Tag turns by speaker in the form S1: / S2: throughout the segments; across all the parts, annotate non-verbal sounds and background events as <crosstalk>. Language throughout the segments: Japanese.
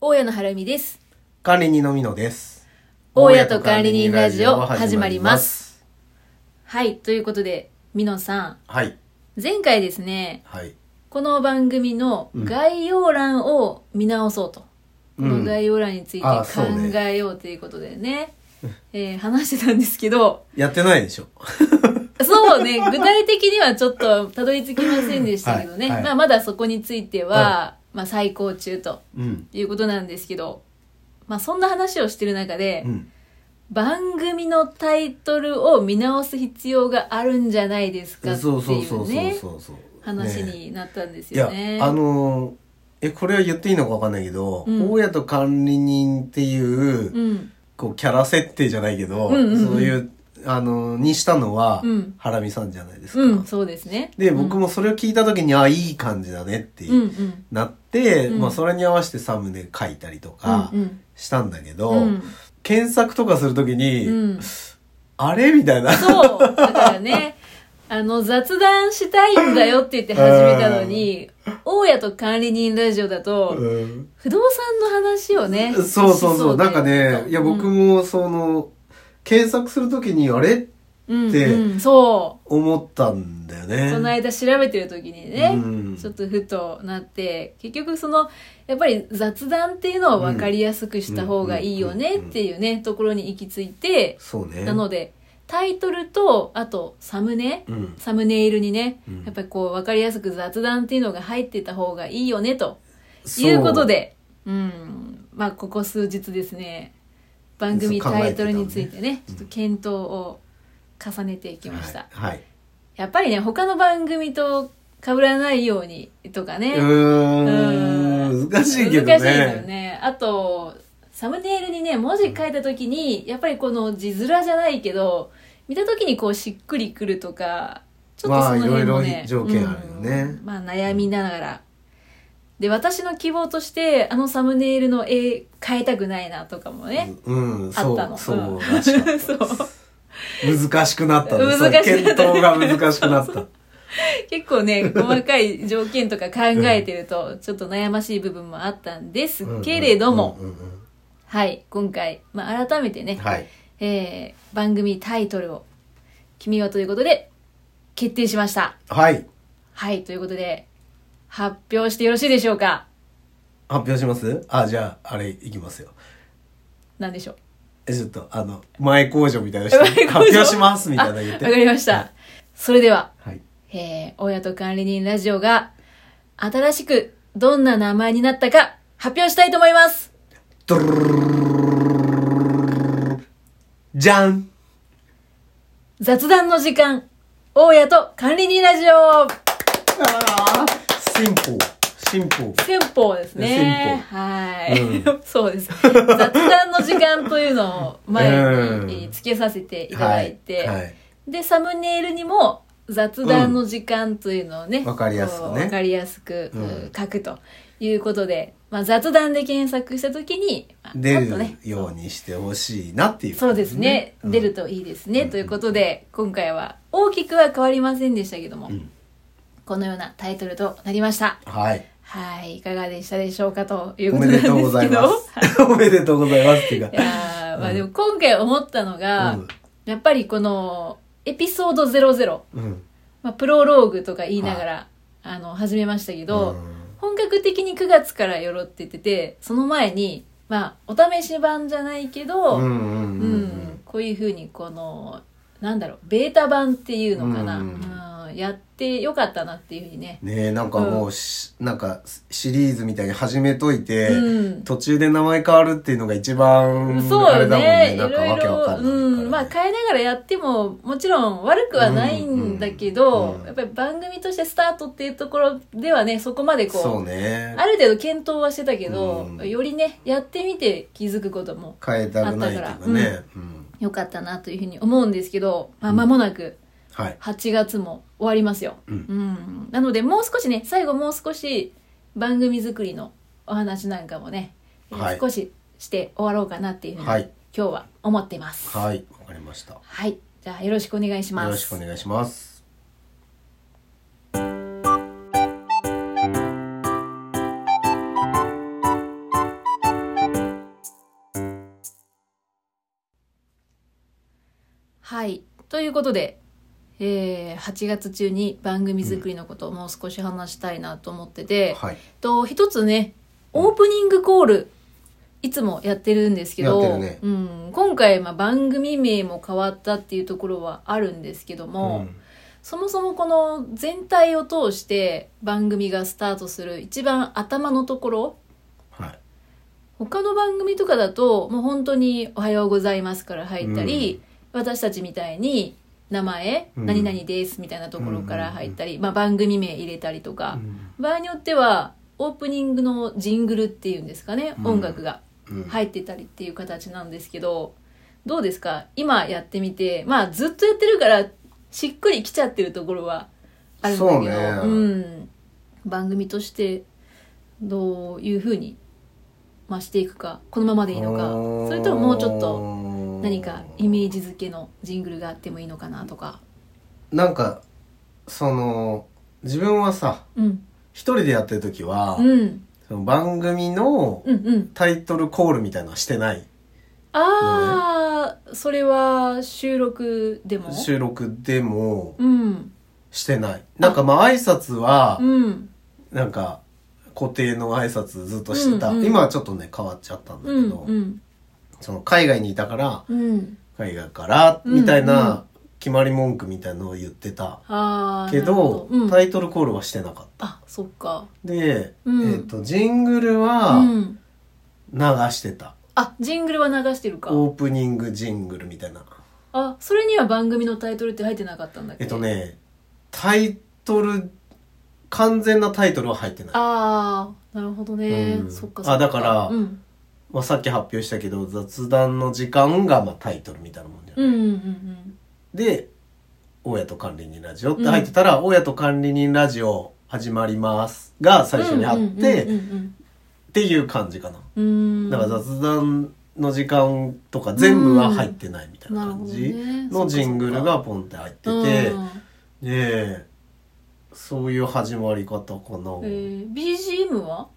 S1: 大家のはるみです。
S2: 管理人のみのです。
S1: 大家と管理人ラジオ始まります。はい、ということで、みのさ
S2: はい。
S1: ん、前回ですね、
S2: はい。
S1: この番組の概要欄を見直そうと。
S2: うん
S1: この概要欄について
S2: あ
S1: 考
S2: あそうね
S1: えようということでね、えー話してたんですけど、
S2: やってないでしょ。
S1: そう
S2: <laughs>
S1: ね、具体的にはちょっとたどり着きませんでしたけどね、
S2: はいはい
S1: まあまだそこについては、
S2: は
S1: まあ再考中と
S2: うん。
S1: いうことなんですけど、まあそんな話をしてる中で、
S2: うん。
S1: 番組のタイトルを見直す必要があるんじゃないです
S2: そ
S1: かっ
S2: う
S1: てい
S2: そうそうそうう
S1: ね
S2: そうそう。
S1: 話
S2: ね
S1: になったんです
S2: い
S1: よ
S2: や、
S1: ね。
S2: あのー、え、これは言っていいのかわかんないけど、
S1: うん
S2: 大家と管理人っていう、
S1: うん
S2: こう、キャラ設定じゃないけど、
S1: うんうんうん
S2: そういう、あのー、にしたのは
S1: うん、
S2: ハラミさんじゃないですか。
S1: うんそうですね。
S2: で、僕もそれを聞いたときに、あ、いい感じだねって
S1: うんうん
S2: なって、
S1: うん
S2: まあ、それに合わせてサムネ書いたりとか
S1: うんうん
S2: したんだけど、
S1: うん
S2: 検索とかするときに、
S1: うん
S2: あれみたいな。
S1: そうだからね <laughs> あの雑談したいんだよって言って始めたのに大家と管理人ラジオだと
S2: うん
S1: 不動産の話をね
S2: そうそうそう
S1: しだよ
S2: なんかね、いや僕もその、検索するときにあれ
S1: うん
S2: って
S1: うんうんそう
S2: 思ったんだよね。
S1: その間調べてる時にね、
S2: うん
S1: ちょっとふとなって結局そのやっぱり雑談っていうのを分かりやすくした方がいいよねっていうねところに行き着いて
S2: そうね。
S1: なのでタイトルとあとサムネ
S2: うん。
S1: サムネイルにね
S2: うん
S1: やっぱりこう分かりやすく雑談っていうのが入ってた方がいいよねということでうんまあここ数日ですね番組
S2: そう考
S1: タ
S2: え
S1: イ
S2: てた
S1: ト
S2: の
S1: ル
S2: ね
S1: についてねちょっと検討を重ねていき
S2: そう
S1: ました。
S2: はい。はい
S1: やっぱりね、他の番組と被らないようにとかね。
S2: うーん。難しいけど
S1: 難
S2: ね。
S1: しいですよね。あと、サムネイルにね、文字書いた時に、やっぱりこの字面じゃないけど、見た時にこうしっくりくるとか、ちょっとその辺もね。
S2: まあいろいろ条件あるよね
S1: うんまあ悩みながら。で、私の希望として、あのサムネイルの絵変えたくないなとかもね。
S2: うん、
S1: あ
S2: そ
S1: ったの
S2: う、そう、
S1: ん
S2: らしか
S1: <laughs>
S2: っ
S1: そう
S2: た難しくなったね
S1: <laughs> 難しく
S2: そ
S1: な
S2: う
S1: った
S2: 検討が難しくなった。
S1: 結構ね、細かい条件とか考えてると、ちょっと悩ましい部分もあったんです <laughs> けれども、
S2: うんうんうん
S1: はい、今回、まあ、改めてね、
S2: うん。はい。
S1: えー番組タイトルを決めようということで、決定しました。
S2: はい。
S1: はい、ということで、発表してよろしいでしょうか
S2: 発表しますあ、じゃあ、あれ、いきますよ。
S1: なんでしょう。
S2: え、ちょっと、あの、前工場みたいな人、
S1: 前
S2: <laughs> 発
S1: 工場
S2: 表しますみたいな言っ
S1: あわか
S2: て。
S1: りました。それでは、
S2: はい。
S1: えー、親と管理人ラジオが、新しくどんな名前になったか、発表したいと思います。
S2: ドルルルルルルルルルじゃん
S1: 雑談の時間、大家と管理人ラジオ
S2: 進歩。進歩。
S1: 憲法ですね。はい、 <laughs> そうです。雑談の時間というのを前につけさせていただいて、
S2: はいはい
S1: で、サムネイルにも雑談の時間というのをね、
S2: んわかりやすく
S1: こ
S2: ね
S1: うわかりやすく、
S2: うん
S1: 書くということで、まあ、雑談で検索したときに、まあ
S2: 出
S1: パッとね
S2: るようにしてほしいなっていう。
S1: そうですね、
S2: うん
S1: 出るといいですね、ということで今回は大きくは変わりませんでしたけども、
S2: ん
S1: このようなタイトルとなりました。
S2: はい。
S1: はい、いかがでしたでしょうかという
S2: お
S1: こと
S2: め
S1: なんでけ
S2: ですと
S1: ど。
S2: うございます。おめでとうございますっていう
S1: い
S2: か。
S1: やーまあでも今回思ったのが、
S2: うん
S1: やっぱりこのエピソード00、
S2: うん。
S1: まあ、プロローグとか言いながら、あの始めましたけど、
S2: うん
S1: 本格的に9月からよろって言っててその前に、まあ、お試し版じゃないけど、
S2: うんうん
S1: う
S2: うん
S1: んこういうふうにこのなんだろうベータ版っていうのかな、
S2: うん
S1: うんやってよかったなっていうふうにね
S2: ねえなんかもうし、なんかシリーズみたいに始めといて、
S1: うん
S2: 途中で名前変わるっていうのが一番
S1: そう
S2: あ
S1: よ
S2: れだもん
S1: ね
S2: ね
S1: い
S2: なんか
S1: ろ
S2: わ
S1: い
S2: けわ
S1: ろ
S2: かんないから、ね
S1: うんまあ変えながらやってももちろん悪くはないんだけど、
S2: うんうん
S1: やっぱり番組としてスタートっていうところではねそこまでこう
S2: そうね
S1: ある程度検討はしてたけど、
S2: うん
S1: よりねやってみて気づくことも
S2: 変えたくないっていうかねうん
S1: 良かったなというふうに思うんですけど、まあ、間もなく
S2: はい
S1: 8月も終わりますよ、
S2: うん
S1: んなのでもう少しね最後もう少し番組作りのお話なんかもね、えー
S2: はい
S1: 少しして終わろうかなっていうふうに、
S2: はい
S1: 今日は思っています
S2: はいわかりましたよ
S1: はい。じゃあ、よろしくお願いします。
S2: ろしくお願いします
S1: はい。ということで、えー8月中に番組作りのことをもう少し話したいなと思ってて、
S2: はい。
S1: と一つねオープニングコールいつもやってるんですけど
S2: やってるね
S1: うん、今回、まあ、番組名も変わったっていうところはあるんですけど
S2: う
S1: も、
S2: ん
S1: そもそもこの全体を通して番組がスタートする一番頭のところ
S2: はい。
S1: 他の番組とかだともう本当に「おはようございます」から入ったり、私たちみたいに名前「
S2: うん
S1: 何々です」みたいなところから入ったり、まあ、番組名入れたりとか、場合によってはオープニングのジングルっていうんですかね、
S2: うん
S1: 音楽が
S2: うん
S1: 入ってたりっていう形なんですけどどうですか今やってみてまあずっとやってるからしっくりきちゃってるところはあるんだけど
S2: そうね
S1: ん、番組としてどういうふうに増していくかこのままでいいのかそれとももうちょっと
S2: と
S1: 何かイメージ付けのジングルがあってもいいのかなとか。
S2: なんかその自分はさ
S1: うん、
S2: 一人でやってる時は、
S1: うん、
S2: その番組の
S1: うん、うん
S2: タイトルコールみたいなのはしてない
S1: ああ、それは収録でも
S2: 収録でも
S1: うん。
S2: してないなんかまあ挨拶は
S1: うん。
S2: なんか固定の挨拶ずっとしてた、
S1: うんうん
S2: 今はちょっとね変わっちゃったんだ
S1: う
S2: け
S1: ん。
S2: ど、
S1: うん。
S2: その海外にいたから
S1: うん。
S2: 海外からみたい
S1: うんう
S2: な決まり文句みたいのを言ってた
S1: ああ。
S2: け
S1: なるほ
S2: ど、
S1: うん、
S2: タイトルコールはしてなかっ
S1: あ、そっか。
S2: たで、
S1: うん
S2: えっとジングル
S1: う
S2: は
S1: ん。
S2: 流してた、
S1: あ、ジングルは流してるか。
S2: オープニングジングルみたいな
S1: あ、それには番組のタイトルって入ってなかったんだっけ
S2: えっと。ねタイトル完全なタイトルは入ってない
S1: ああ、なるほどね。
S2: うん
S1: そっかそっ
S2: あだから
S1: うん。
S2: まあ、さっき発表したけど雑談の時間がまあタイトルみたいなもんじゃん、
S1: うんうんうん
S2: で「大家と管理人ラジオ」って入ってたら「大家と管理人ラジオ始まります」が
S1: うん。
S2: 最初にあって、
S1: うんうん
S2: っていう感じかな
S1: うんうん。うん
S2: だから雑談の時間とか全部は入ってないみたいな
S1: なるほ
S2: 感
S1: ど
S2: じ
S1: ね。
S2: のジングルがポンって入って
S1: うん
S2: てでそういう始まり方かな
S1: えー、BGM は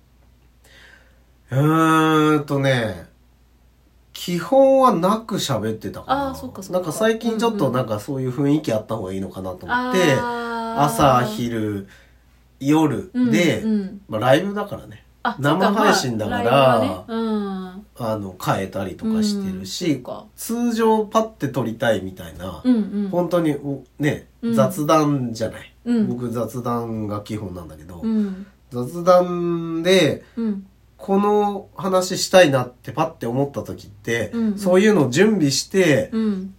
S2: うーんとね、基本はなく喋ってたかな。
S1: あーそっかそっか
S2: なんか最近ちょっ
S1: うん
S2: と
S1: うん
S2: なんかそういう雰囲気あった方がいいのかなと思って、
S1: あー
S2: 朝、昼、夜で、
S1: うんうん
S2: まあライブだからね、
S1: あ
S2: 生
S1: そっか
S2: 配信だから
S1: まあライブはね
S2: あの、変えたりとかしてる
S1: う
S2: し
S1: ん、か
S2: 通常パッて撮りたいみたいな、
S1: うんうん
S2: 本当におね、
S1: うん
S2: 雑談じゃない。
S1: うん
S2: 僕雑談が基本なんだけど、
S1: うん
S2: 雑談で、
S1: うん
S2: この話したいなってパッて思った時って、
S1: うんうん
S2: そういうのを準備して、
S1: うん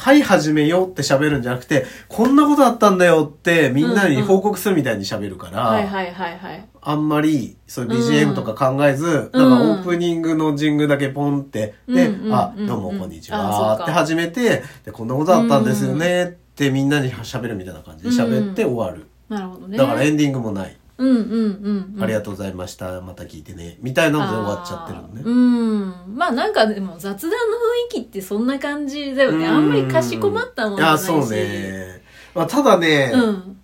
S2: はい始めようって喋るんじゃなくて、こんなことあったんだよってみんなに報告するみたいに喋るから、
S1: はいはいはいはい
S2: あんまりそういう BGM とか考えず、
S1: うん
S2: なんかオープニングのジングだけポンって、で、
S1: うんうんうん
S2: あ、どうもこんにち
S1: あ
S2: は
S1: そっか
S2: って始めて、で、こんなことあったんですよねってみんなに喋るみたいな感じで喋って終わる。
S1: なるほどね
S2: だからエンディングもない。
S1: うんうんうんうん
S2: ありがとうございました。また聞いてね。みたいなので終わっちゃってるのね
S1: あー。うんまあなんかでも雑談の雰囲気ってそんな感じだよねあんまりかしこまったものじゃ
S2: あ
S1: ないし
S2: そうね、まあ、ただね、
S1: うん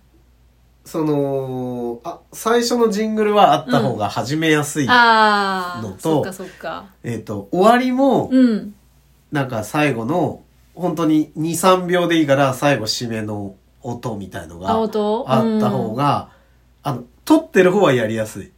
S2: そのあ最初のジングルはあった方が始めやすい、
S1: あ
S2: の
S1: あ
S2: と
S1: そっかそっか
S2: えっ、と終わりも
S1: うん
S2: なんか最後の本当に23秒でいいから最後締めの音みたいのが
S1: あ音
S2: あった方が、あの撮ってる方はやりやすい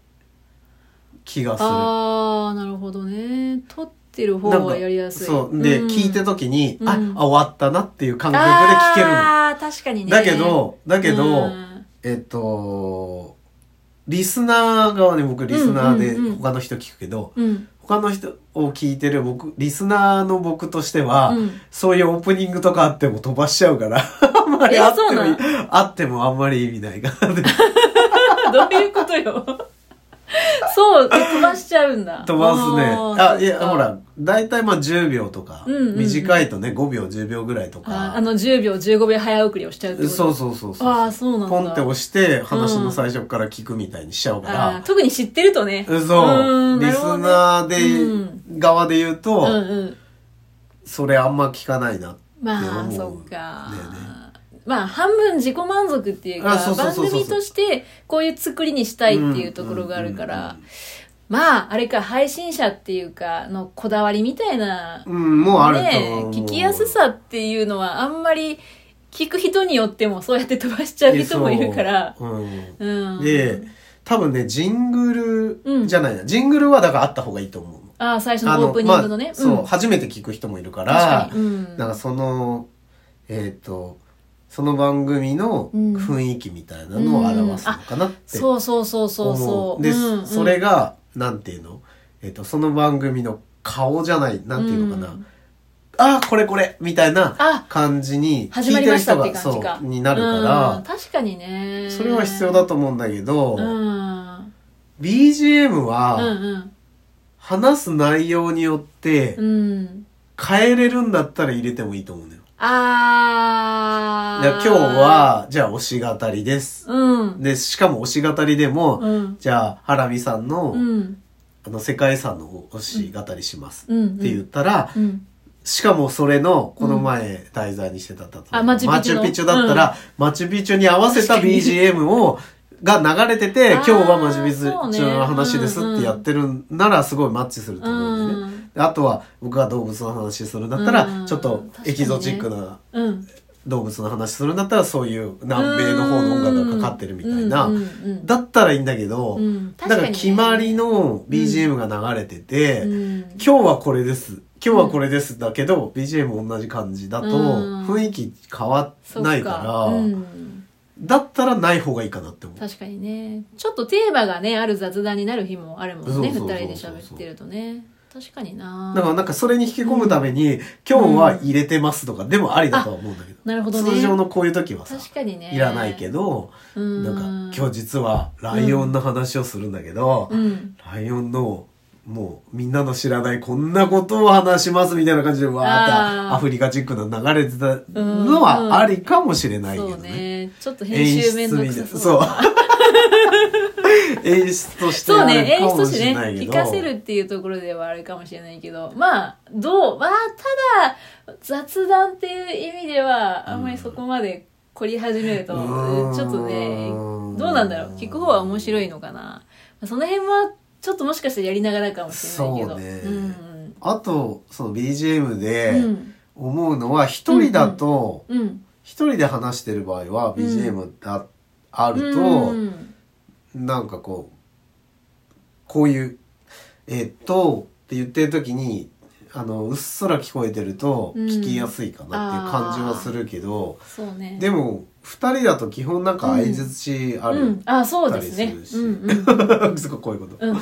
S2: 気がする。
S1: ああなるほどね撮ってる方
S2: なんか
S1: はやりやすい
S2: そうで、
S1: うん
S2: 聞いた時に、あ
S1: うん
S2: あ終わったなっていう感覚で聞けるの。
S1: ああ確かにね
S2: だけどだけど、
S1: うん
S2: えっと、リスナー側ね、僕リスナーで
S1: うんうんうん
S2: 他の人聞くけど、
S1: うん
S2: 他の人を聞いてる僕、リスナーの僕としては、
S1: うん
S2: そういうオープニングとかあっても飛ばしちゃ
S1: <laughs>
S2: うから、あんまり
S1: え
S2: あって
S1: そう
S2: も
S1: なん
S2: あってもあんまり意味ないかなって
S1: <laughs> どういうことよそうえ飛ばしちゃうんだ
S2: 飛ばすね。
S1: ー
S2: あ、い
S1: そっ
S2: や、
S1: か
S2: ほら、だいたいまあ10秒とか、
S1: うんうんうん
S2: 短いとね、5秒、10秒ぐらいと
S1: あ
S2: か。
S1: あの10秒15秒早送りをしちゃうってこと
S2: そうそうそうそう。
S1: あーそうなんだ
S2: ポンって押して、話の最初から聞くみたいにしちゃうから。
S1: あー特に知ってるとね
S2: そう
S1: ーん
S2: リ
S1: な
S2: ス
S1: るほどね
S2: ナー
S1: うん
S2: で、側で言うと、
S1: うんうん
S2: それあんま聞かないなって
S1: まあ
S2: 思。
S1: そうっか
S2: だよね。
S1: まあ半分自己満足っていうか
S2: あそうそうそうそう
S1: 番組としてこういう作りにしたいっていうところがあるから、まあ、あれか、配信者っていうか、のこだわりみたいな、
S2: うん、もうあると
S1: ね
S2: 思う、
S1: 聞きやすさっていうのは、あんまり、聞く人によっても、そうやって飛ばしちゃう人もいるから。
S2: そううん
S1: うん。
S2: で多分ねジングルじゃないな、ジングルはだからあった方がいいと思う
S1: ああ、最初のオープニングのね。
S2: まあそう、
S1: ん。
S2: 初めて聞く人もいるか
S1: 確からに。うん。
S2: なんかそのえっ、とその番組の
S1: うん
S2: 雰囲気みたいなのを表すのかなって思う、
S1: そうそうそうそうそう。
S2: で、
S1: うんうん
S2: それがなんていうの、えっとその番組の顔じゃないなんていうのかな、
S1: うん
S2: あーこれこれみたいな
S1: あ
S2: 感じに
S1: 始ま
S2: 聞
S1: り
S2: いて
S1: ま
S2: る
S1: した
S2: 人
S1: って
S2: が
S1: 感じか。
S2: そうになるから
S1: うん、確かにね。
S2: それは必要だと思うんだけど、
S1: うん。うん。
S2: BGM
S1: う
S2: は
S1: ん
S2: 話す内容によって
S1: うん。
S2: 変えれるんだったら入れてもいいと思うのよ。
S1: あ
S2: い
S1: ー。
S2: や今日、はじゃあ推し語りです。
S1: うん。
S2: でしかも推し語りでも、
S1: うん。
S2: じゃあハラミさんの,、
S1: うん。
S2: あの世界遺産の推し語りします、
S1: うん。
S2: って言ったら、
S1: うん。
S2: しかもそれのこの前題材にしてた例えば
S1: あマチュピチュの
S2: マだったら、マチュピチュに合わせた BGM をが流れてて
S1: あ
S2: 今
S1: ー
S2: 日はマチュピチュの話です
S1: そうね
S2: ってやってるならすごいマッチすると
S1: う
S2: 思うんだよね。
S1: ん。
S2: あとは僕が動物の話するんだったら、
S1: うん
S2: ちょっとエキゾチックな
S1: うん。
S2: 動物の話するんだったらそういう南米の方の音楽がかかってるみたいな、
S1: うんうんうん
S2: だったらいいんだけど、
S1: うん
S2: だ
S1: 確か
S2: か
S1: らにね
S2: 決まりの BGM が流れてて、
S1: うん
S2: 今日はこれです今日はこれですだけど、BGM 同じ感じだと
S1: うん
S2: 雰囲気変わ
S1: そ
S2: ん
S1: っ
S2: ないから
S1: かうん
S2: だったらない方がいいかなって思う。
S1: 確かにねちょっとテーマがねある雑談になる日もあるもんね
S2: そう
S1: 二
S2: そう
S1: 人
S2: そうそう
S1: で喋ってるとね確かにな
S2: だからなんかそれに引き込むために、今日は入れてますとかでもありだとは思うんだけど。
S1: なるほどね
S2: 通常のこういう時はさ、
S1: 確かにね
S2: いらないけど、
S1: うん
S2: なんか今日実はライオンの話をするんだけど、
S1: うん
S2: ライオンのもうみんなの知らないこんなことを話しますみたいな感じでわーっ
S1: あ
S2: て
S1: ー
S2: アフリカチックな流れてたのはありかもしれないけ
S1: そ
S2: ど
S1: う
S2: ね。
S1: ねちょっと編
S2: 演
S1: 集
S2: 出
S1: 面倒
S2: み
S1: く
S2: たい
S1: さ
S2: な。
S1: そう
S2: そう。
S1: <laughs>
S2: 演出として
S1: そう
S2: ある
S1: ね、演
S2: かも
S1: 出と
S2: し
S1: し
S2: れ
S1: ね、
S2: ないけど。
S1: 聞かせるっていうところではあるかもしれないけど、まあ、どう、まあ、ただ、雑談っていう意味では、あんまりそこまで凝り始めると、
S2: うん
S1: ちょっとね
S2: う、ん
S1: どうなんだろう、聞く方は面白いのかな。その辺は、ちょっともしかしてやりながらかもしれないけど。
S2: そうね
S1: ん。
S2: あと、その BGM
S1: う
S2: で
S1: ん。
S2: 思うのは、一人だと、
S1: うん。
S2: 一人で話してる場合は
S1: うん
S2: BGM だ、ある
S1: う
S2: と、
S1: ん
S2: なんかこう、こういう、えっと、って言ってる時に、あの、うっすら聞こえてると
S1: うん
S2: 聞きやすいかなっていう感じはするけど、
S1: そうね。
S2: でも、二人だと基本なんか相づちあ
S1: う
S2: る <laughs>
S1: ん。。あ、そうです
S2: た
S1: ね
S2: り。す
S1: う
S2: る
S1: ん
S2: し
S1: うん。
S2: すごいこういうこと。
S1: うん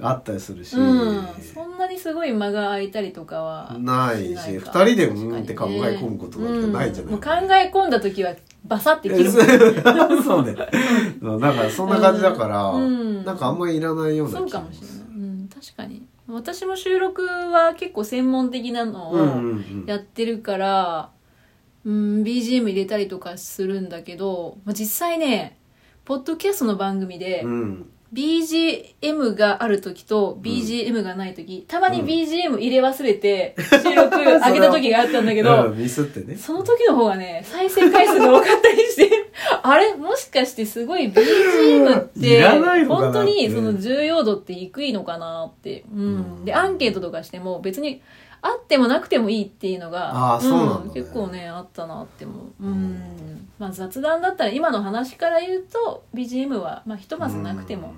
S2: あったりするし。
S1: うん、そんなにすごい間が空いたりとかは
S2: ないし
S1: し
S2: 二
S1: か
S2: 人でうんって考え込むことなんてないじゃない、
S1: うんもう考え込んだ時はバサって <laughs> 切る
S2: そうねそうなんかそんな感じだから、
S1: うん
S2: なんかあんまりいらないような
S1: そうかもしれない、うん、確かに私も収録は結構専門的なの
S2: うんうん
S1: を
S2: うん
S1: やってるから、うん BGM 入れたりとかするんだけど、まあ、実際ねポッドキャストの番組で
S2: うん
S1: BGM がある時と BGM がない時、たまに
S2: うん
S1: BGM 入れ忘れて収録上げた時があったんだけど
S2: うんミスってね
S1: その時の方がね、再生回数が多かったりして、 <laughs> あれもしかしてすごい BGM っ
S2: いらない
S1: て、
S2: のかな
S1: 本
S2: って
S1: 当にその重要度って低いのかなって。う
S2: うん
S1: ん。で、アンケートとかしても別にあってもなくてもいいっていうのが、
S2: あーそうなんだね
S1: 結構ね、あったなって思う。う
S2: うん
S1: ん。まあ雑談だったら今の話から言うと、BGM は、まあひとまずなくて
S2: うん
S1: も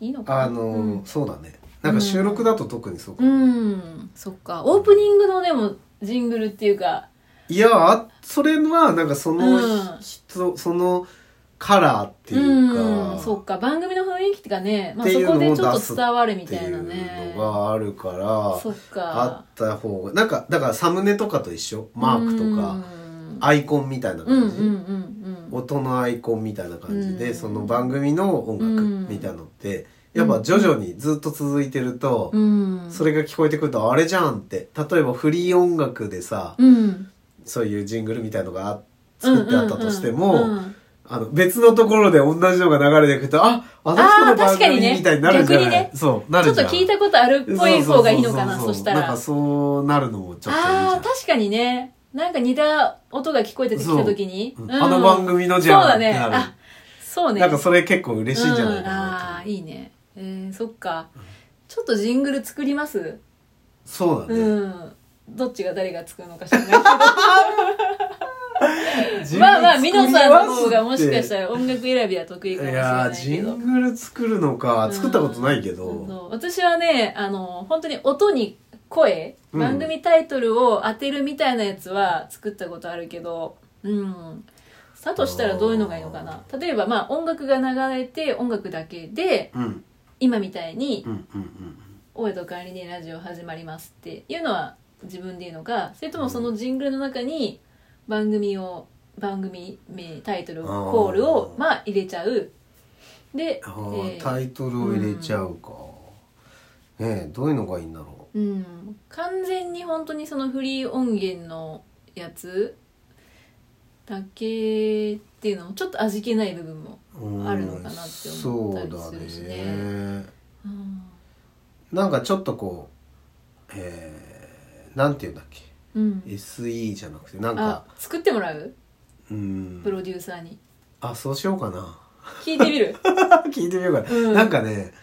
S1: いいのかな。
S2: あの、
S1: うん
S2: そうだねなんか収録だと特にそうか
S1: う
S2: も、
S1: ん。そっか。オープニングのでもジングルっていうか、
S2: いやあそれはなんかその
S1: うん
S2: 人、そのカラーっていうか、
S1: うん、そっか番組の雰囲気がね、ま
S2: っ
S1: あ、
S2: て
S1: そ
S2: いうのを
S1: こでちょっ
S2: 出
S1: と
S2: す
S1: 伝わる
S2: っ
S1: み
S2: て
S1: たい
S2: い
S1: な
S2: う
S1: ね
S2: のがあるから
S1: そっ
S2: あ
S1: か
S2: った方がなんかだからサムネとかと一緒マークと
S1: う
S2: か
S1: ん
S2: アイコンみたいな
S1: うんうん
S2: 感じ、
S1: うんうん
S2: 音のアイコンみたいな感じで、
S1: うん
S2: その番組の音楽みたいなのって、やっぱ徐々にずっと続いてると、
S1: うん
S2: それが聞こえてくるとあれじゃんって例えばフリー音楽でさ、
S1: うん
S2: そういうジングルみたいのが作ってあったとしても、
S1: うんうんうん
S2: あの別のところで同じのが流れてくるとああの人の
S1: あー
S2: 番
S1: 確かに
S2: 組
S1: ね
S2: みたいになるんじゃない、
S1: 逆にね
S2: そう
S1: ち
S2: な
S1: ょ
S2: る
S1: っ
S2: じ
S1: と
S2: ゃん
S1: 聞いたことあるっぽい方がいいのかな
S2: ううう
S1: そうした
S2: なん
S1: ら
S2: かそうなるのもちょっといいじゃ
S1: あ
S2: ん
S1: ー確かにねなんか似た音が聞こえてきた時に、
S2: そう
S1: うん
S2: あの番組のじゃん
S1: そうだね
S2: ってなる
S1: あそうね
S2: なんかそれ結構嬉しいんじゃな
S1: う
S2: いか
S1: ん、あ
S2: な
S1: あーいいねえー、そっかちょっとジングル作ります
S2: そうだ
S1: う
S2: ね。
S1: んどっちが誰が作るのか知らないけど
S2: <laughs>
S1: まあまあ
S2: ジ
S1: み
S2: ングル
S1: の
S2: 作り
S1: さんの
S2: ます
S1: 方がもしかした
S2: ら。
S1: ら音楽選びは得意かもしれ
S2: い
S1: な
S2: やー
S1: い
S2: ジ
S1: けど
S2: ングル作るのか作ったことないけ
S1: うんそ
S2: ど
S1: う私はねあの本当に音に声、
S2: うん
S1: 番組タイトルを当てるみたいなやつは作ったことあるけどうんだとしたらどういうのがいいのかな例えばまあ音楽が流れて音楽だけで
S2: うんうん
S1: 今みたいに
S2: うんうん
S1: 「大江戸管理人ラジオ始まります」っていうのは自分で言うのかそれともそのジングルの中に番組を番組名タイトルを
S2: あー
S1: コールをまあ入れちゃうで、
S2: あ
S1: え
S2: ー
S1: ー
S2: タイトルを入れちゃうかねえどういうのがいいんだろ
S1: うん、完全に本当にそのフリー音源のやつだけっていうのもちょっと味気ない部分も、
S2: ううん
S1: あるのかなって思ったりするしね
S2: そうだね
S1: うん
S2: なんかちょっとこうえー、なんていうんだっけ
S1: うん、
S2: SE じゃなくてなん
S1: あ
S2: か
S1: 作ってもらう
S2: うん
S1: プロデューサーに
S2: あそうしよう
S1: <laughs>
S2: かな
S1: 聞いてみる
S2: 聞いてみようかな、
S1: うん
S2: なんかね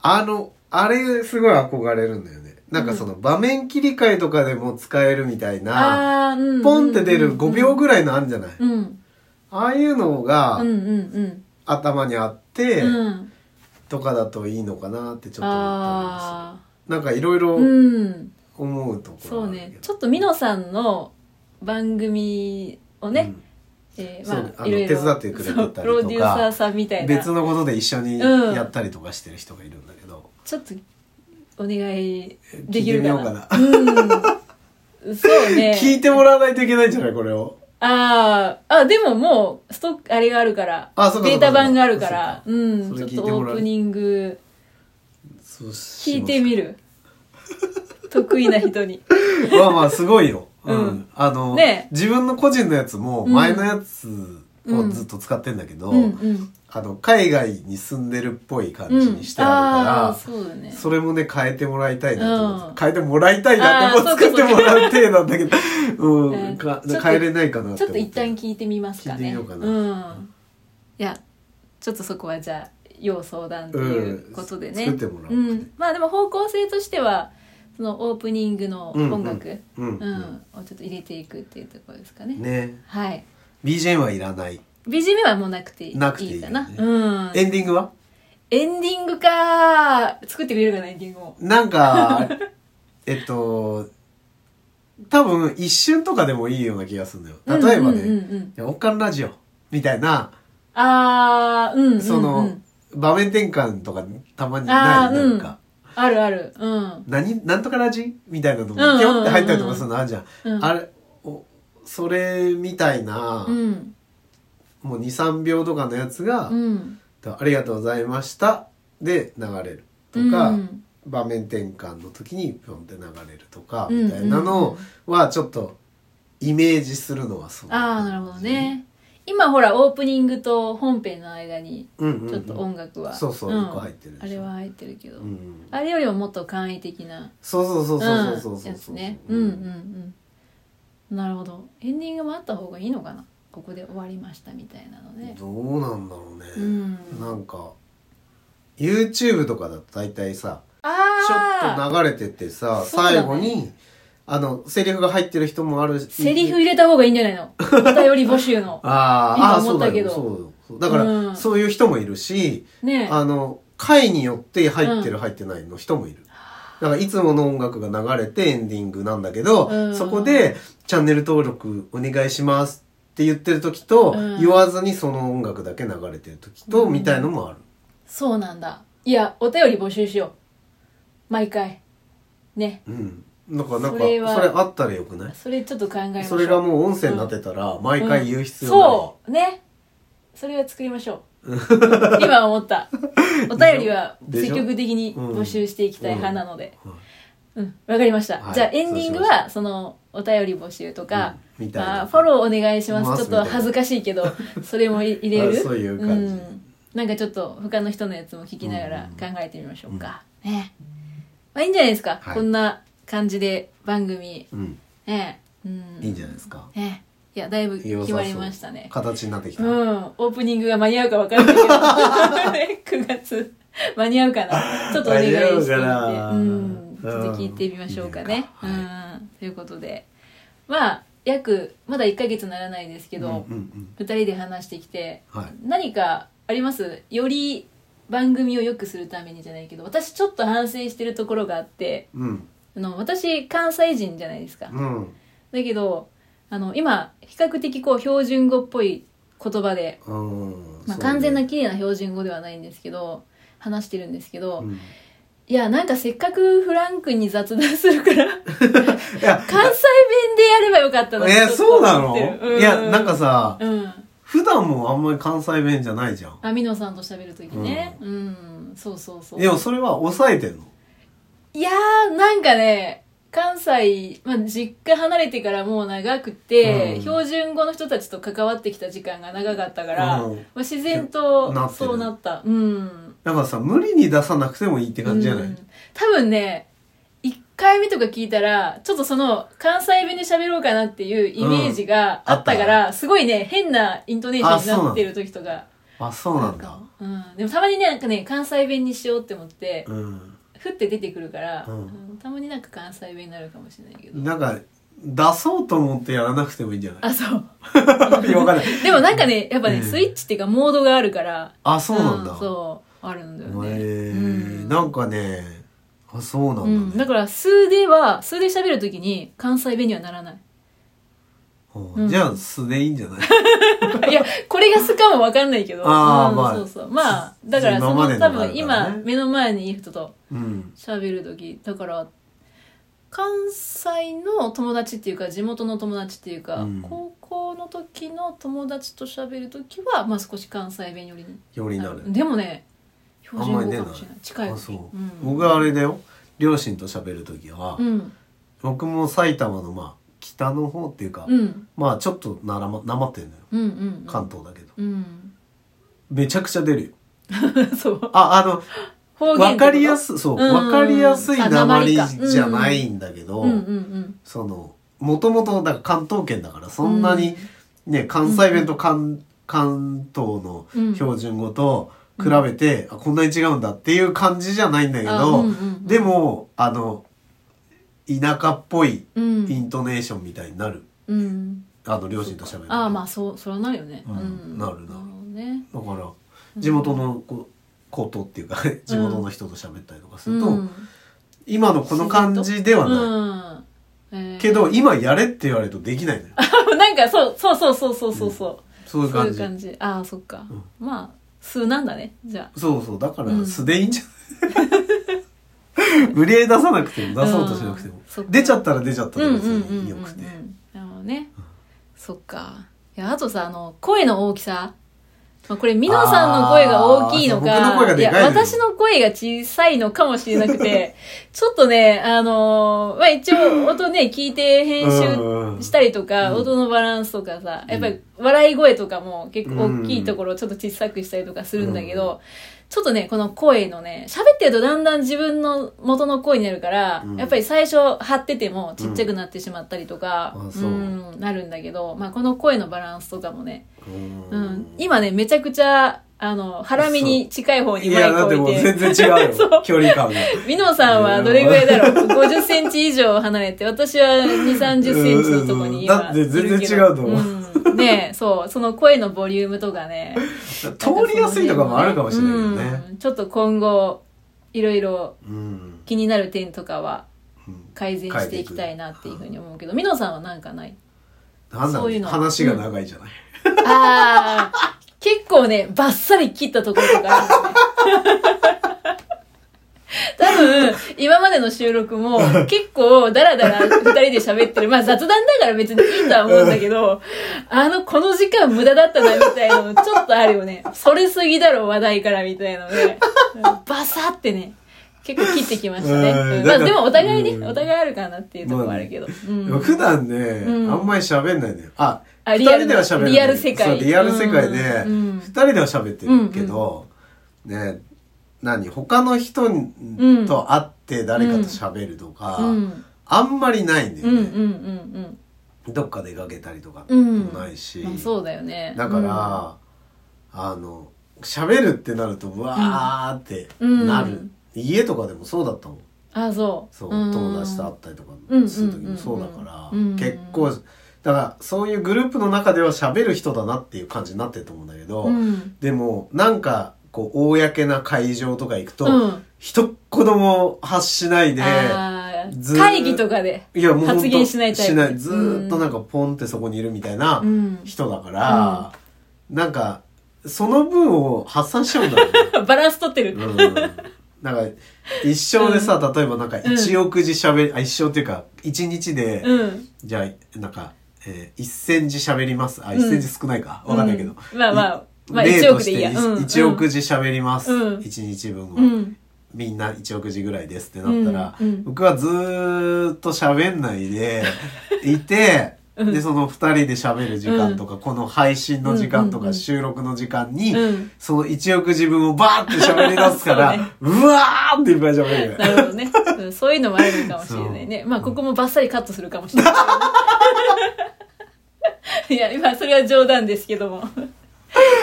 S2: あのあれすごい憧れるんだよねなんかその場面切り替えとかでも使えるみたい <laughs> な、
S1: ああーうん
S2: ポンって出る5秒
S1: ぐ
S2: ぐらいのあるんじゃない、
S1: らいうん
S2: ああいうのが、
S1: うんうん
S2: 頭にあって、
S1: うんうん
S2: とかだといいのかなってちょっと思った
S1: あ
S2: りするなんかいろい
S1: あ
S2: ろ
S1: うん
S2: 思うところ
S1: そうねち
S2: ょっ
S1: ょっとミノさんの番組を
S2: と
S1: ね、えー
S2: そう
S1: まあ
S2: あの
S1: いろいろ
S2: 手伝ってくれてたりと
S1: そ
S2: か
S1: うプロデューサーさんみたいな
S2: 別のことで一緒に
S1: うん
S2: やったりとかしてる人がいるんだけど、
S1: ちょっとお願い
S2: 聞
S1: で
S2: い
S1: き
S2: て
S1: る
S2: み
S1: か
S2: ようか
S1: な
S2: な。
S1: うん。そうね。
S2: <laughs> 聞いてもらわないといけないんじゃないこれを
S1: ああ、あ、でももう、ストック、あれがあるから。
S2: あそうかそうか
S1: データ版があるから。
S2: そううか
S1: ん。
S2: そ
S1: ち
S2: れ
S1: ょっ
S2: 聞い
S1: と
S2: ても
S1: オ
S2: らう
S1: ープニング、聞
S2: 聞
S1: いてみる。得意な人
S2: <laughs>
S1: に。
S2: まあまあすごいよ、う
S1: <laughs>
S2: ん
S1: うん
S2: あの、
S1: ね
S2: 自分の個人のやつも
S1: うん
S2: 前のやつをずっと使ってんだけど、
S1: うんうん。
S2: あの海外に住んでるっぽい感じにしてあるか
S1: ー
S2: ら、
S1: そうだね。
S2: それもね、変えてもらいたいなと思って、
S1: うん
S2: 変えてもらいたいなって、も
S1: あー
S2: う作っ
S1: そ
S2: て
S1: うか
S2: もらう程度なんだけど、
S1: <laughs>
S2: う
S1: えー
S2: ん、か
S1: ちょっと
S2: 変えれないかなって
S1: ちょっ
S2: 思
S1: と
S2: て
S1: 一旦聞いてみますかね。
S2: 聞いてみようかな
S1: うん。いや、ちょっとそこはじゃあ、要相談ということでね。
S2: うん作ってもらおうか
S1: う
S2: ね
S1: ん。まあでも方向性としては、そのオープニングの音楽、うん
S2: うん、うん、
S1: をちょっと入れていくっていうところですかね。
S2: ね。
S1: はい。
S2: BGM はいらない。
S1: BGM はもうなくていい
S2: なくていいよね
S1: かな。うん。
S2: エンディングは
S1: エンディングか作ってくれるかな、エンディングを。
S2: な
S1: <laughs>
S2: んか、えっと、多分一瞬とかでもいいような気がするんだよ。例えば
S1: うんうん
S2: ね、
S1: うんうん、
S2: オッカンラジオみたいな、
S1: あー、うんうん、うん。
S2: その、場面転換とかたまに
S1: あ
S2: ない
S1: ー
S2: なんか。
S1: あるある。うん。
S2: 何、なんとかラジみたいなのも、
S1: うんうんうんうん
S2: ぴょんって入ったりとかするのあるじゃん。
S1: うん
S2: あれ、おそれみたいな、
S1: うん。
S2: もう2、3秒とかのやつが、
S1: うん。
S2: ありがとうございましたで流れるとか、
S1: うん
S2: 場面転換の時にぴょんって流れるとか、
S1: うん
S2: みたいなのはちょっとイメージするのはそう。
S1: ああ、なるほど。ね。今ほら、オープニングと本編の間に、
S2: うんうん、うん。
S1: ちょっと音楽は。
S2: そうそうん一個入ってるでしょ
S1: あれは入ってるけど
S2: う。ん。
S1: あれよりももっと簡易的な。
S2: そうそうそうそうそうそう
S1: うん
S2: そう
S1: やつねうんうんうんなるほどエンディングもあった方がいいのかなここで終わりましたみたいなのね
S2: どうなんだろうね。
S1: うん
S2: なんか YouTube とかだと大体さちょ
S1: ああ
S2: っと流れててさ、
S1: そうだね
S2: 最後にあのセリフが入ってる人もあるし
S1: セリフ入れた方がいいんじゃないのお便り募集の
S2: <laughs> あーあー
S1: 今思ったけど
S2: そうだよそうだから、
S1: うん
S2: そういう人もいるし、
S1: ね
S2: <laughs> あの回によって入ってる入ってないの人もいる、だからいつもの音楽が流れてエンディングなんだけど、
S1: うん
S2: そこで「チャンネル登録お願いします」って言ってる時と、
S1: うん
S2: 言わずにその音楽だけ流れてる時と、みたいのもある
S1: そうなんだいやお便り募集しよう毎回ね
S2: うんだからな
S1: そ
S2: んかそ
S1: れ
S2: れ
S1: は
S2: あったらよくない
S1: それちょっと考えましょう
S2: それがもう音声になってたら毎回言う必要ない、
S1: そうねそれは作りましょ
S2: <laughs>
S1: う今思ったお便りは
S2: でしょ
S1: 積極的に募集していきたい派なので
S2: うんうん
S1: うんわ、かりました、
S2: はい
S1: じゃあエンディング
S2: そうしま
S1: はそのお便り募集とか、
S2: うんみたいな
S1: まあ、フォローお願いします
S2: ます
S1: ちょっと恥ずかしいけ
S2: <laughs>
S1: どそれもい入れる
S2: あそういう感じ
S1: ん、なんかちょっと他の人のやつも聞きながら考えてみましょうか、ねまあいいんじゃないですか、
S2: はい
S1: こんな感じで番組
S2: うん、
S1: ねうん
S2: いいんじゃないですか
S1: ねいやだいぶ決まりましたね
S2: 形になってきた、
S1: うん、オープニングが間に合うか分からないけど、9月。 <laughs> 間に合うかなちょっとお願いしてみて、
S2: 間に合うかな
S1: うん、ちょっと聞いてみましょうかね。
S2: う
S1: うんん
S2: いいね
S1: ということでまあ約まだ1ヶ月ならないですけ
S2: うんうん
S1: ど、
S2: うん
S1: 2人で話してきて、
S2: はい
S1: 何かありますより番組を良くするためにじゃないけど私ちょっと反省してるところがあって
S2: うん
S1: あの私関西人じゃないですか。
S2: うん
S1: だけどあの今比較的こう標準語っぽい言葉で、
S2: うん
S1: まあ、
S2: そうね
S1: 完全な綺麗な標準語ではないんですけど話してるんですけど、
S2: うん
S1: いやなんかせっかくフランクに雑談するから
S2: <laughs> いや
S1: 関西弁でやればよかった
S2: <laughs>
S1: のに
S2: え
S1: ちょっと
S2: そうな
S1: 思
S2: の
S1: ってる
S2: いやなんかさ
S1: うん
S2: 普段もあんまり関西弁じゃないじゃん
S1: 網野さんと喋る時ねうん、そうそうそう
S2: でもそれは抑えてんの
S1: いやーなんかね関西、まあ、実家離れてからもう長くて、
S2: うん
S1: 標準語の人たちと関わってきた時間が長かったから、
S2: うん
S1: まあ、自然と
S2: なってる
S1: そうなったうん
S2: だからさ無理に出さなくてもいいって感じじゃない、
S1: うん多分ね1回目とか聞いたらちょっとその関西弁で喋ろうかなっていうイメージがあったから、すごいね変なイントネーションになってる時とか
S2: あそう
S1: な
S2: なんだ
S1: んかうん、でもたまにねなんかね関西弁にしようって思って、
S2: うん
S1: ふって出てくるから、
S2: うん
S1: うんたまになんか関西弁になるかもしれないけど
S2: なんか出そうと思ってやらなくてもいいんじゃない
S1: あそう
S2: いやわかんない
S1: でもなんかねやっぱね、
S2: うん
S1: スイッチっていうかモードがあるから
S2: あそうなんだ、
S1: うんそうあるんだよね、
S2: へえ
S1: うん
S2: なんかねあそうな
S1: うんん、
S2: だ
S1: だ
S2: ね、
S1: から数では数で喋るときに関西弁にはならない
S2: <laughs> うん
S1: うん
S2: じゃあ素でいいんじゃない
S1: いやこれが素かもわかんないけど
S2: あー
S1: うん
S2: まあ
S1: そうそうまあだから
S2: 今
S1: そ
S2: ま
S1: の
S2: でのが
S1: 多
S2: あるからね
S1: 分今目の前にいる人と
S2: うん
S1: 喋るときだから関西の友達っていうか地元の友達っていうか、
S2: うん
S1: 高校の時の友達と喋るときは、まあ、少し関西弁寄りに
S2: よりになる
S1: でもね標準
S2: あん
S1: 語
S2: まり出
S1: か
S2: ない
S1: もしれない近い
S2: あ
S1: かも
S2: そう、
S1: ん、
S2: 僕はあれだよ両親と喋る時は、
S1: うん
S2: 僕も埼玉のまあ北の方っていうか、
S1: うん
S2: まあちょっとならまなまってんのよ
S1: うんうん
S2: 関東だけど、
S1: うん <laughs>
S2: めちゃくちゃ出るよ
S1: そう
S2: ああの
S1: 方言
S2: わかりや
S1: い
S2: すそ
S1: う
S2: う、
S1: ん
S2: わかりやすい
S1: あ
S2: なまり
S1: 訛りか
S2: じゃないんだけど、
S1: うんうんうん
S2: その、もともと、だから関東圏だから、そんなに、ね、関西弁と関、関東の
S1: うん
S2: 標準語と比べて、あこんなに違うんだっていう感じじゃないんだけ
S1: あ
S2: ど、
S1: うんうんうん
S2: でも、あの、田舎っぽい
S1: うん
S2: イントネーションみたいになる。
S1: うん
S2: あの、両親と喋る。
S1: ああまあ
S2: あ。
S1: そうそれはなるよね、
S2: うんなる
S1: なる
S2: な
S1: ほどね
S2: だから、地元のこう、ことっていうか、地元の人と喋ったりとかすると、
S1: うん
S2: 今のこの感じではない。
S1: うんえー
S2: けど、今やれって言われるとできないのよ。
S1: <laughs> なんかそうそうそうそうそうそうそう
S2: そういう
S1: そうい
S2: 感
S1: う
S2: じ。
S1: 感じああそっか、
S2: うん
S1: まあ数なんだねじゃ
S2: そうそう、だから
S1: うん
S2: 素でいい
S1: <laughs>
S2: んじゃない、無理やり出さなくても、出そうとしなくて
S1: う
S2: も
S1: んそっ。か
S2: 出ちゃったら出ちゃっ
S1: あ
S2: たら別によくて。
S1: なるほどね、そっかいやあとさあの声の大きさまあこれ、みのさんの声が大きいの
S2: あーそう僕の声が
S1: か、い
S2: でか
S1: や、
S2: いのよ
S1: 私の声が小さいのかもしれなく
S2: <laughs>
S1: て、ちょっとね、あのーまあ一応音ね、聞いて編集したりとか、
S2: うん
S1: 音のバランスとかさ、
S2: うん
S1: やっぱり笑い声とかも結構大きいところをちょっと小さくしたりとかするんだけど、
S2: う
S1: ちょっとね、この声のね、喋ってるとだんだん自分の元の声になるから、
S2: うん
S1: やっぱり最初張っててもちっちゃくなってしまったりとか、
S2: うんあ
S1: う、
S2: そうん
S1: なるんだけど、まあこの声のバランスとかもね、
S2: うん
S1: うん、今ね、めちゃくちゃ、あの、ハラミに近い方に
S2: い
S1: マイ
S2: や、だって
S1: ク
S2: もう
S1: 置いて。
S2: 全然違 <laughs>
S1: <laughs>
S2: う
S1: そ
S2: よ
S1: う。
S2: 距離感が。
S1: みのさんはどれぐらいだろう ?50 センチ以上離れて、私は2、30センチのとこに今
S2: うんだって全然
S1: いるけど
S2: 違うと思
S1: うんねえ、そう、その声のボリュームとかね。
S2: 通りやすいとかもあるかもしれないよね。
S1: うんちょっと今後、いろいろ
S2: うん。
S1: 気になる点とかは
S2: うん
S1: 改善していきたいなっていうふうに思うけど、みのさんはなんかない
S2: なんだろ
S1: そういううの
S2: 話が長いじゃない。
S1: ああ、結構ね、バッサリ切ったところとかあるよね。多分、今までの収録も結構ダラダラ二人で喋ってる。まあ雑談だから別にいいとは思うんだけど、あの、この時間無駄だったなみたいなのちょっとあるよね。それすぎだろ話題からみたいなのね。バサってね、結構切ってきましたね。
S2: うん
S1: うんまあでもお互い
S2: うん
S1: ね、お互いあるかなっていうところはあるけど。うん
S2: でも普段ね、
S1: ん
S2: あんまり喋んないのよ。あ、
S1: あ
S2: 二
S1: リアル
S2: 人では喋んない。
S1: リアル世界
S2: そう、リアル世界で、
S1: うんうん
S2: 二人では喋ってるけど、ね、何、他の人
S1: ん
S2: と会って誰かと喋るとか、
S1: うん
S2: あんまりないんだよ
S1: うんうんうん
S2: ね、
S1: うん。
S2: どっか出かけたりとか
S1: うん
S2: もないし、
S1: まあ、そうだよね
S2: だから、あの、喋るってなるとわーってなる、
S1: うん
S2: 家とかでもそうだったもん
S1: あそう
S2: そう
S1: うん
S2: 友達と会ったりとか
S1: うん
S2: する時もそうだから、
S1: うん
S2: 結構だからそういうグループの中では喋る人だなっていう感じになってると思うんだけど、
S1: うん
S2: でもなんかこう公な会場とか行くと、
S1: うん
S2: 一言も発しないで
S1: あ
S2: ず
S1: ー
S2: ー
S1: 会議とかで
S2: いやもうほんと
S1: 発言しないタイプ
S2: しないずーっとなんかポンってそこにいるみたいな
S1: うん
S2: 人だから、なんかその分を発散しちゃうんだよね、
S1: <laughs> バランス取ってる、
S2: うん、なんか一生でさ、例えばなんか1億字しゃべり、あ一生っていうか一日で、
S1: うん
S2: じゃあなんか、えー、1センチしゃべりますあ1センチ少ないか、わかんないけど、
S1: うんまあまあまあ
S2: 例
S1: 1億
S2: として
S1: でいいやうん
S2: 1億字しゃべります、
S1: うん
S2: 一日分を、
S1: うん
S2: みんな1億字ぐらいですってなったら、
S1: うんうん
S2: 僕はずーっと喋んな
S1: <laughs>
S2: いでいて、
S1: うん
S2: でその2人で喋る時間とか、この配信の時間と
S1: うんうんう
S2: か
S1: ん
S2: 収録の時間に、
S1: うん
S2: その1億自分をバーって喋り出すから,、
S1: そうね
S2: わーっていっぱい喋る
S1: なるほどね、うんそういうのもあるのかもしれないねまあここもバッサリカットするかもしれないけどねいや今それは冗談ですけども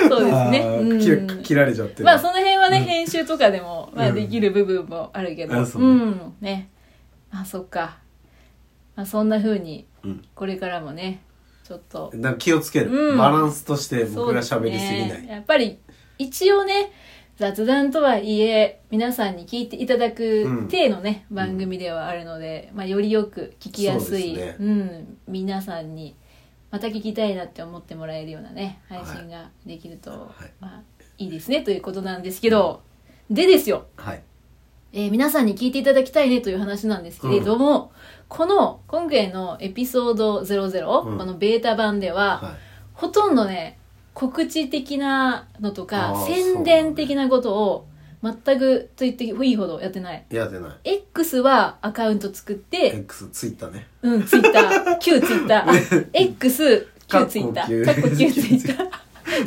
S1: そうですね
S2: あー
S1: うん
S2: 切切られちゃってる、
S1: まあその辺はね、
S2: うん
S1: 編集とかでも、ま
S2: う
S1: あ、
S2: ん
S1: できる部分もあるけど、
S2: あ
S1: う、
S2: そうん
S1: ね。あ、そっか。まあそんな風に、
S2: うん
S1: これからもね、ちょっと。
S2: なんか気をつける、
S1: うん
S2: バランスとして
S1: そ
S2: 僕
S1: う
S2: が
S1: です
S2: 喋りすぎない、
S1: ね、やっぱり、一応ね、雑談とはいえ、皆さんに聞いていただ
S2: う
S1: く
S2: ん
S1: 体のね、番組ではあるので、まあよりよく聞きやすい、
S2: そうです
S1: うん、皆さんに、また聞きたいなって思ってもらえるようなね、配信ができると、
S2: はい
S1: まあいいですね、ということなんですけど、でですよ、
S2: はい
S1: えー皆さんに聞いていただきたいねという話なんですけれども、この今回のエピソード00、
S2: うん
S1: このベータ版では、
S2: はい
S1: ほとんどね告知的なのとか
S2: あー
S1: 宣伝的なことを全くと言っていいほどやってない。
S2: やってない
S1: X はアカウント作って、
S2: X ツイッターね
S1: うん、ツイッター、旧ツイ
S2: <laughs>
S1: ッター、X、旧ツイッター、
S2: か
S1: かっ
S2: っこ
S1: こ
S2: 旧
S1: 旧ツイ
S2: <laughs>
S1: ッター。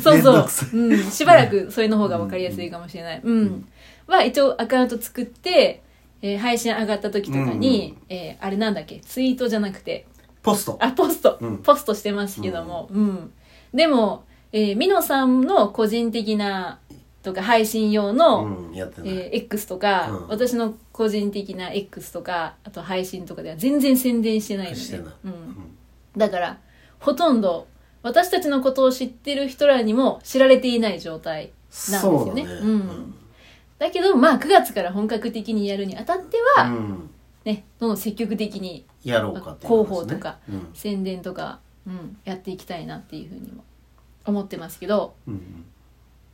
S1: そう
S2: めんどくさ
S1: そう。うん、しばらくそれの方が分かりやすいかもしれない。うん。は、一応アカウント作って、えー配信上がった時とかに、えーあれなんだっけ、ツイートじゃなくて、
S2: ポスト
S1: あ、ポスト、
S2: うん
S1: ポストしてますけども、うん。でも、えー、ミノさんの個人的な、とか配信用の、
S2: うんやってない、
S1: えー X とか、
S2: うん
S1: 私の個人的な X とかあと配信とかでは全然宣伝してないので
S2: してない
S1: うん、だからほとんど私たちのことを知ってる人らにも知られていない状態なんです
S2: そう
S1: よ
S2: だ
S1: ね
S2: ね
S1: うんだけどまあ9月から本格的にやるにあたっては、
S2: うん
S1: ねどんどん積極的に
S2: やろうかっていう
S1: 広報とか
S2: うん
S1: 宣伝とか、うん、やっていきたいなっていうふうにも思ってますけど
S2: うん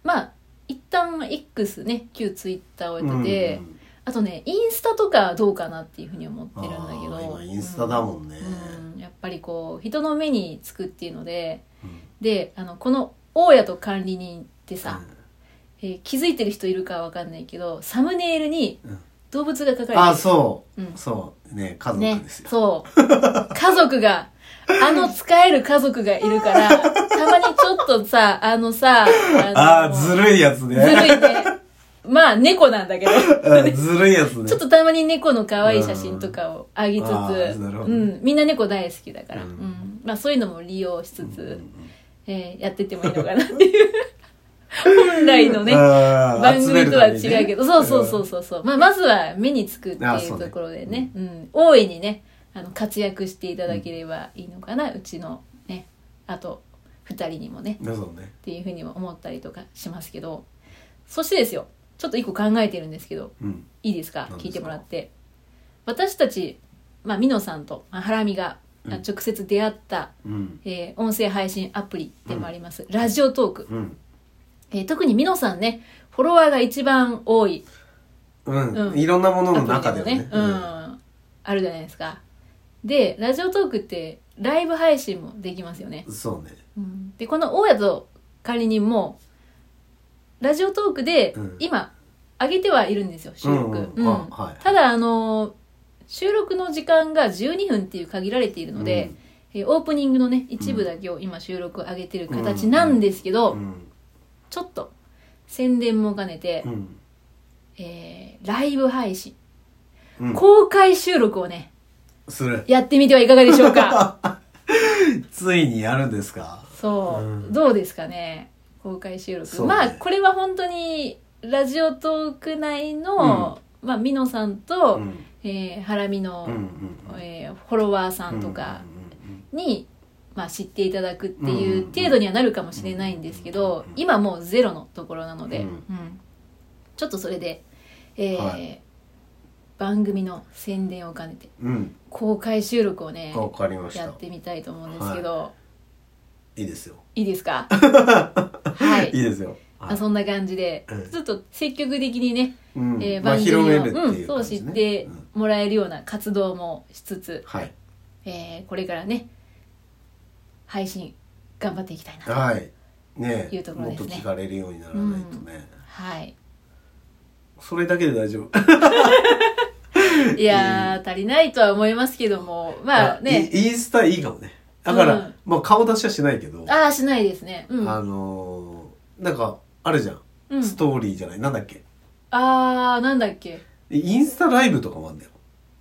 S1: まあ一旦 X ね旧 Twitter を
S2: う
S1: 置い
S2: ん
S1: てて、
S2: うんうん
S1: あとねインスタとかどうかなっていうふうに思ってるんだけ
S2: あー
S1: ど
S2: 今インスタだもんね
S1: うんうんやっぱりこう人の目につくっていうので
S2: うん
S1: であのこの大家と管理人ってさ、
S2: うん
S1: えー気づいてる人いるかわかんないけどサムネイルに
S2: うん
S1: 動物が描かれてる、
S2: あそう、
S1: うん
S2: そうね家族
S1: ね
S2: ですよ、
S1: そう家族があの使える家族がいるからたまにちょっとさあのさ
S2: あ
S1: の
S2: ーずるいやつね
S1: ずるいねまあ猫なん
S2: <laughs>
S1: だけど
S2: うんずるいやつね
S1: ちょっとたまに猫の可愛い写真とかをあげつ
S2: うんあ
S1: つ、
S2: ーなるほど
S1: う
S2: ね
S1: ん、みんな猫大好きだから、う
S2: うんん
S1: まあ、そういうのも利用しつつ、
S2: うん
S1: えーやってってもいいのかなっていう <laughs> 本来のね
S2: あー
S1: 番
S2: 集め
S1: 組
S2: る
S1: とは
S2: ためにね
S1: 違うけど、そうそうそうそうそう、まあ、まずは目につくって
S2: あー
S1: い
S2: そううね
S1: ところでねうん大いにねあの活躍していただければいいのかな、うちのねあと2人にもね
S2: うんそうね
S1: っていうふうにも思ったりとかしますけどそしてですよちょっと一個考えてるんですけど
S2: うん
S1: いいですか
S2: 何ですか
S1: 聞いてもらって私たち、まあ、美濃さんと、まあ、ハラミが、
S2: うん
S1: あ直接出会った、
S2: うん
S1: えー音声配信アプリでもあります、ラジオトーク、
S2: うん
S1: えー特に美濃さんねフォロワーが一番多い
S2: うん、
S1: うん
S2: いろんなも
S1: ア
S2: のの
S1: プ
S2: 中
S1: リ
S2: で
S1: でもね
S2: はね
S1: うんあるじゃないですかでラジオトークってライブ配信もできますよね、
S2: うんそうね
S1: うんでこの大家と管理人もラジオトークで
S2: うん
S1: 今上げてはいるんですよ収録、
S2: うんうん
S1: うん
S2: あはい
S1: ただあのー収録の時間が12分っていう限られているので、えーオープニングのね一部だけを今収録上げてる形なんですけど、
S2: うん
S1: ちょっと宣伝も兼ねて、
S2: うん
S1: えーライブ配信
S2: うん
S1: 公開収録をね
S2: する
S1: やってみてはいかがでしょうか
S2: ついにやるんですか
S1: そう、
S2: うん
S1: どうですかね公開収録、
S2: そうね
S1: まあこれは本当にラジオトーク内の、まあ美濃さんと、
S2: うん
S1: えーハラミの、
S2: うんうん
S1: えーフォロワーさんとかに、まあ、知っていただくってい
S2: うん
S1: う程度にはなるかもしれないんですけど、
S2: うん
S1: 今もうゼロのところなので、
S2: う
S1: うんんちょっとそれで、えー
S2: は
S1: 番組の宣伝を兼ねて
S2: うんうん
S1: 公開収録を
S2: う
S1: ね
S2: んわかりまし
S1: や
S2: た
S1: ってみたいと思うんですけど、
S2: いいですよ
S1: い、いです
S2: <laughs>
S1: かはい
S2: いいですよ
S1: まあ、そんな感じで、
S2: うん
S1: ちょっと積極的にね、
S2: うん
S1: えー
S2: まあ
S1: 番組を、
S2: 広めるって
S1: うん
S2: いう
S1: そ
S2: 感
S1: う
S2: じ
S1: 知
S2: ね
S1: って
S2: うん
S1: もらえるような活動もしつつ、
S2: はい
S1: えーこれからね配信頑張っていきたいなと
S2: はいね
S1: いうところ
S2: もっ
S1: です
S2: と
S1: ね
S2: 聞かれるようにならないとね
S1: はい
S2: それだけで大丈夫
S1: いやー足りないとは思いますけどもまあね
S2: イインスタいいかもねだから、
S1: うん
S2: まあ顔出しはしないけどあ、
S1: ああしないですねうん、
S2: のーなんかあるじゃん、
S1: うん、
S2: ストーリーじゃないなんだっけ
S1: あーなんだっけ
S2: インスタライブとかもあんだよ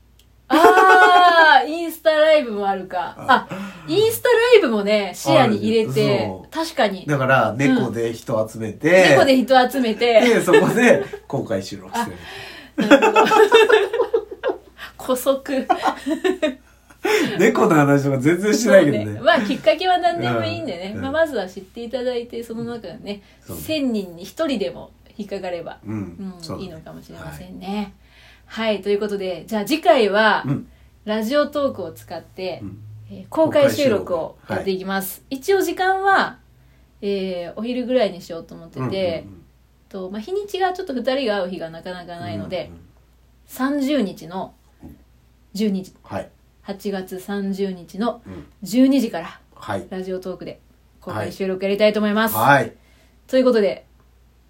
S2: <laughs>
S1: あーインスタライブもあるかあインスタライブもね視野に入れ
S2: ある
S1: て
S2: そう
S1: 確かに
S2: だから猫で人集めて、
S1: 猫で人集めて <laughs>
S2: でそこで公開収録する
S1: なるほど古速
S2: 猫の話とか全然しないけどね
S1: そうまあきっかけは何でもいいんでね、
S2: うん
S1: まあ、まずは知っていただいてその中でね、
S2: そうね
S1: 1,000人に1人でも引っかかれば、
S2: うん、
S1: うん
S2: そうだ
S1: いい
S2: ね
S1: のかもしれませんね。はい、ということでじゃあ次回は、
S2: うん
S1: ラジオトークを使って、
S2: うん
S1: えー公開収録をやっていきます。一応時間は、えーお昼ぐらいにしようと思ってて、
S2: うんうんうん
S1: とまあ、日にちがちょっと2人が会う日がなかなかないので、
S2: うんうん
S1: 30日の12時
S2: はい、
S1: 8月30日の
S2: うん
S1: 12時から。
S2: はい
S1: ラジオトークで公開収録やりたいと思います。
S2: はい
S1: ということで、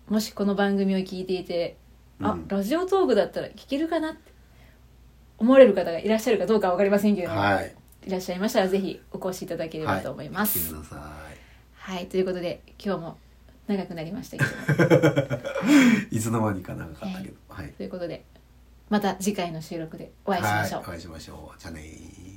S1: もしこの番組を聞いていて、あ、
S2: うん
S1: ラジオトークだったら聞けるかなって思われる方がいらっしゃるかどうかわかりませんけれども、
S2: はい
S1: い、らっしゃいましたらぜひお越しいただければと思います。
S2: 来てくださ
S1: はい、ということで今日も長くなりましたけども、
S2: いいつの間にか長かったけど、はい
S1: ということで、また次回の収録でお会いしましょう。
S2: はい、お会いしましょうじゃあねー